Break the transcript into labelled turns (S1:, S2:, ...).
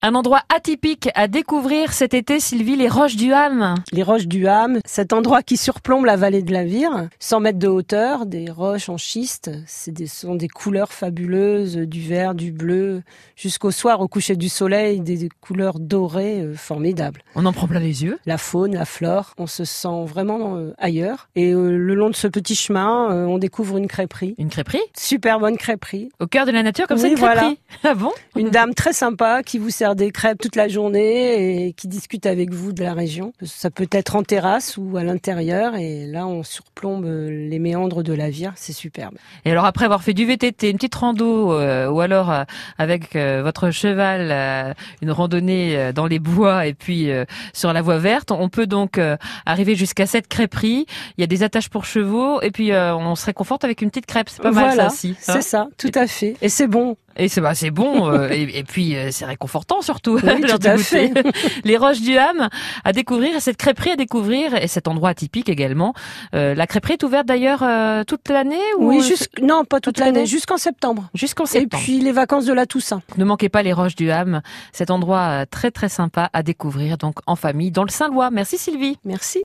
S1: Un endroit atypique à découvrir cet été, Sylvie, les Roches du Ham.
S2: Les roches du Ham, cet endroit qui surplombe la vallée de la Vire, 100 mètres de hauteur, des roches en schiste, c'est des, ce sont des couleurs fabuleuses, du vert, du bleu, jusqu'au soir au coucher du soleil, des, des couleurs dorées euh, formidables.
S1: On en prend plein les yeux.
S2: La faune, la flore, on se sent vraiment euh, ailleurs. Et euh, le long de ce petit chemin, euh, on découvre une crêperie,
S1: Une crêperie
S2: super bonne crêperie,
S1: Au cœur de la nature, comme ça,
S2: Oui,
S1: une crêperie. Ah bon
S2: une dame très sympa qui vous sert des crêpes toute la journée et qui discute avec vous de la région. Ça peut être en terrasse ou à l'intérieur et là on surplombe euh, les méandres de la Vire, c'est superbe.
S1: Et alors, après avoir fait du VTT, une petite rando, euh, ou alors euh, avec euh, votre cheval, euh, une randonnée euh, dans les bois et puis euh, sur la voie verte, on peut donc euh, arriver jusqu'à cette crêperie. Il y a des attaches pour chevaux et puis euh, on se réconforte avec une petite crêpe. C'est pas mal ça
S2: Voilà,
S1: aussi. hein
S2: C'est ça, tout à fait. Et c'est bon.
S1: Et c'est bah, c'est bon, euh, et, et puis euh, c'est réconfortant surtout.
S2: Oui,
S1: l'heure
S2: tout
S1: du
S2: à
S1: goûter. Les roches du Ham à découvrir, et cette crêperie à découvrir, et cet endroit atypique également. Euh, la crêperie est ouverte d'ailleurs euh, toute l'année ou
S2: Oui, jusqu'- non, pas toute
S1: toute l'année
S2: l'année, jusqu'en septembre.
S1: jusqu'en
S2: Et
S1: septembre.
S2: puis les vacances de la Toussaint.
S1: Ne manquez pas les roches du Ham, cet endroit euh, très très sympa à découvrir donc en famille dans le Saint-Lois. Merci Sylvie.
S2: Merci.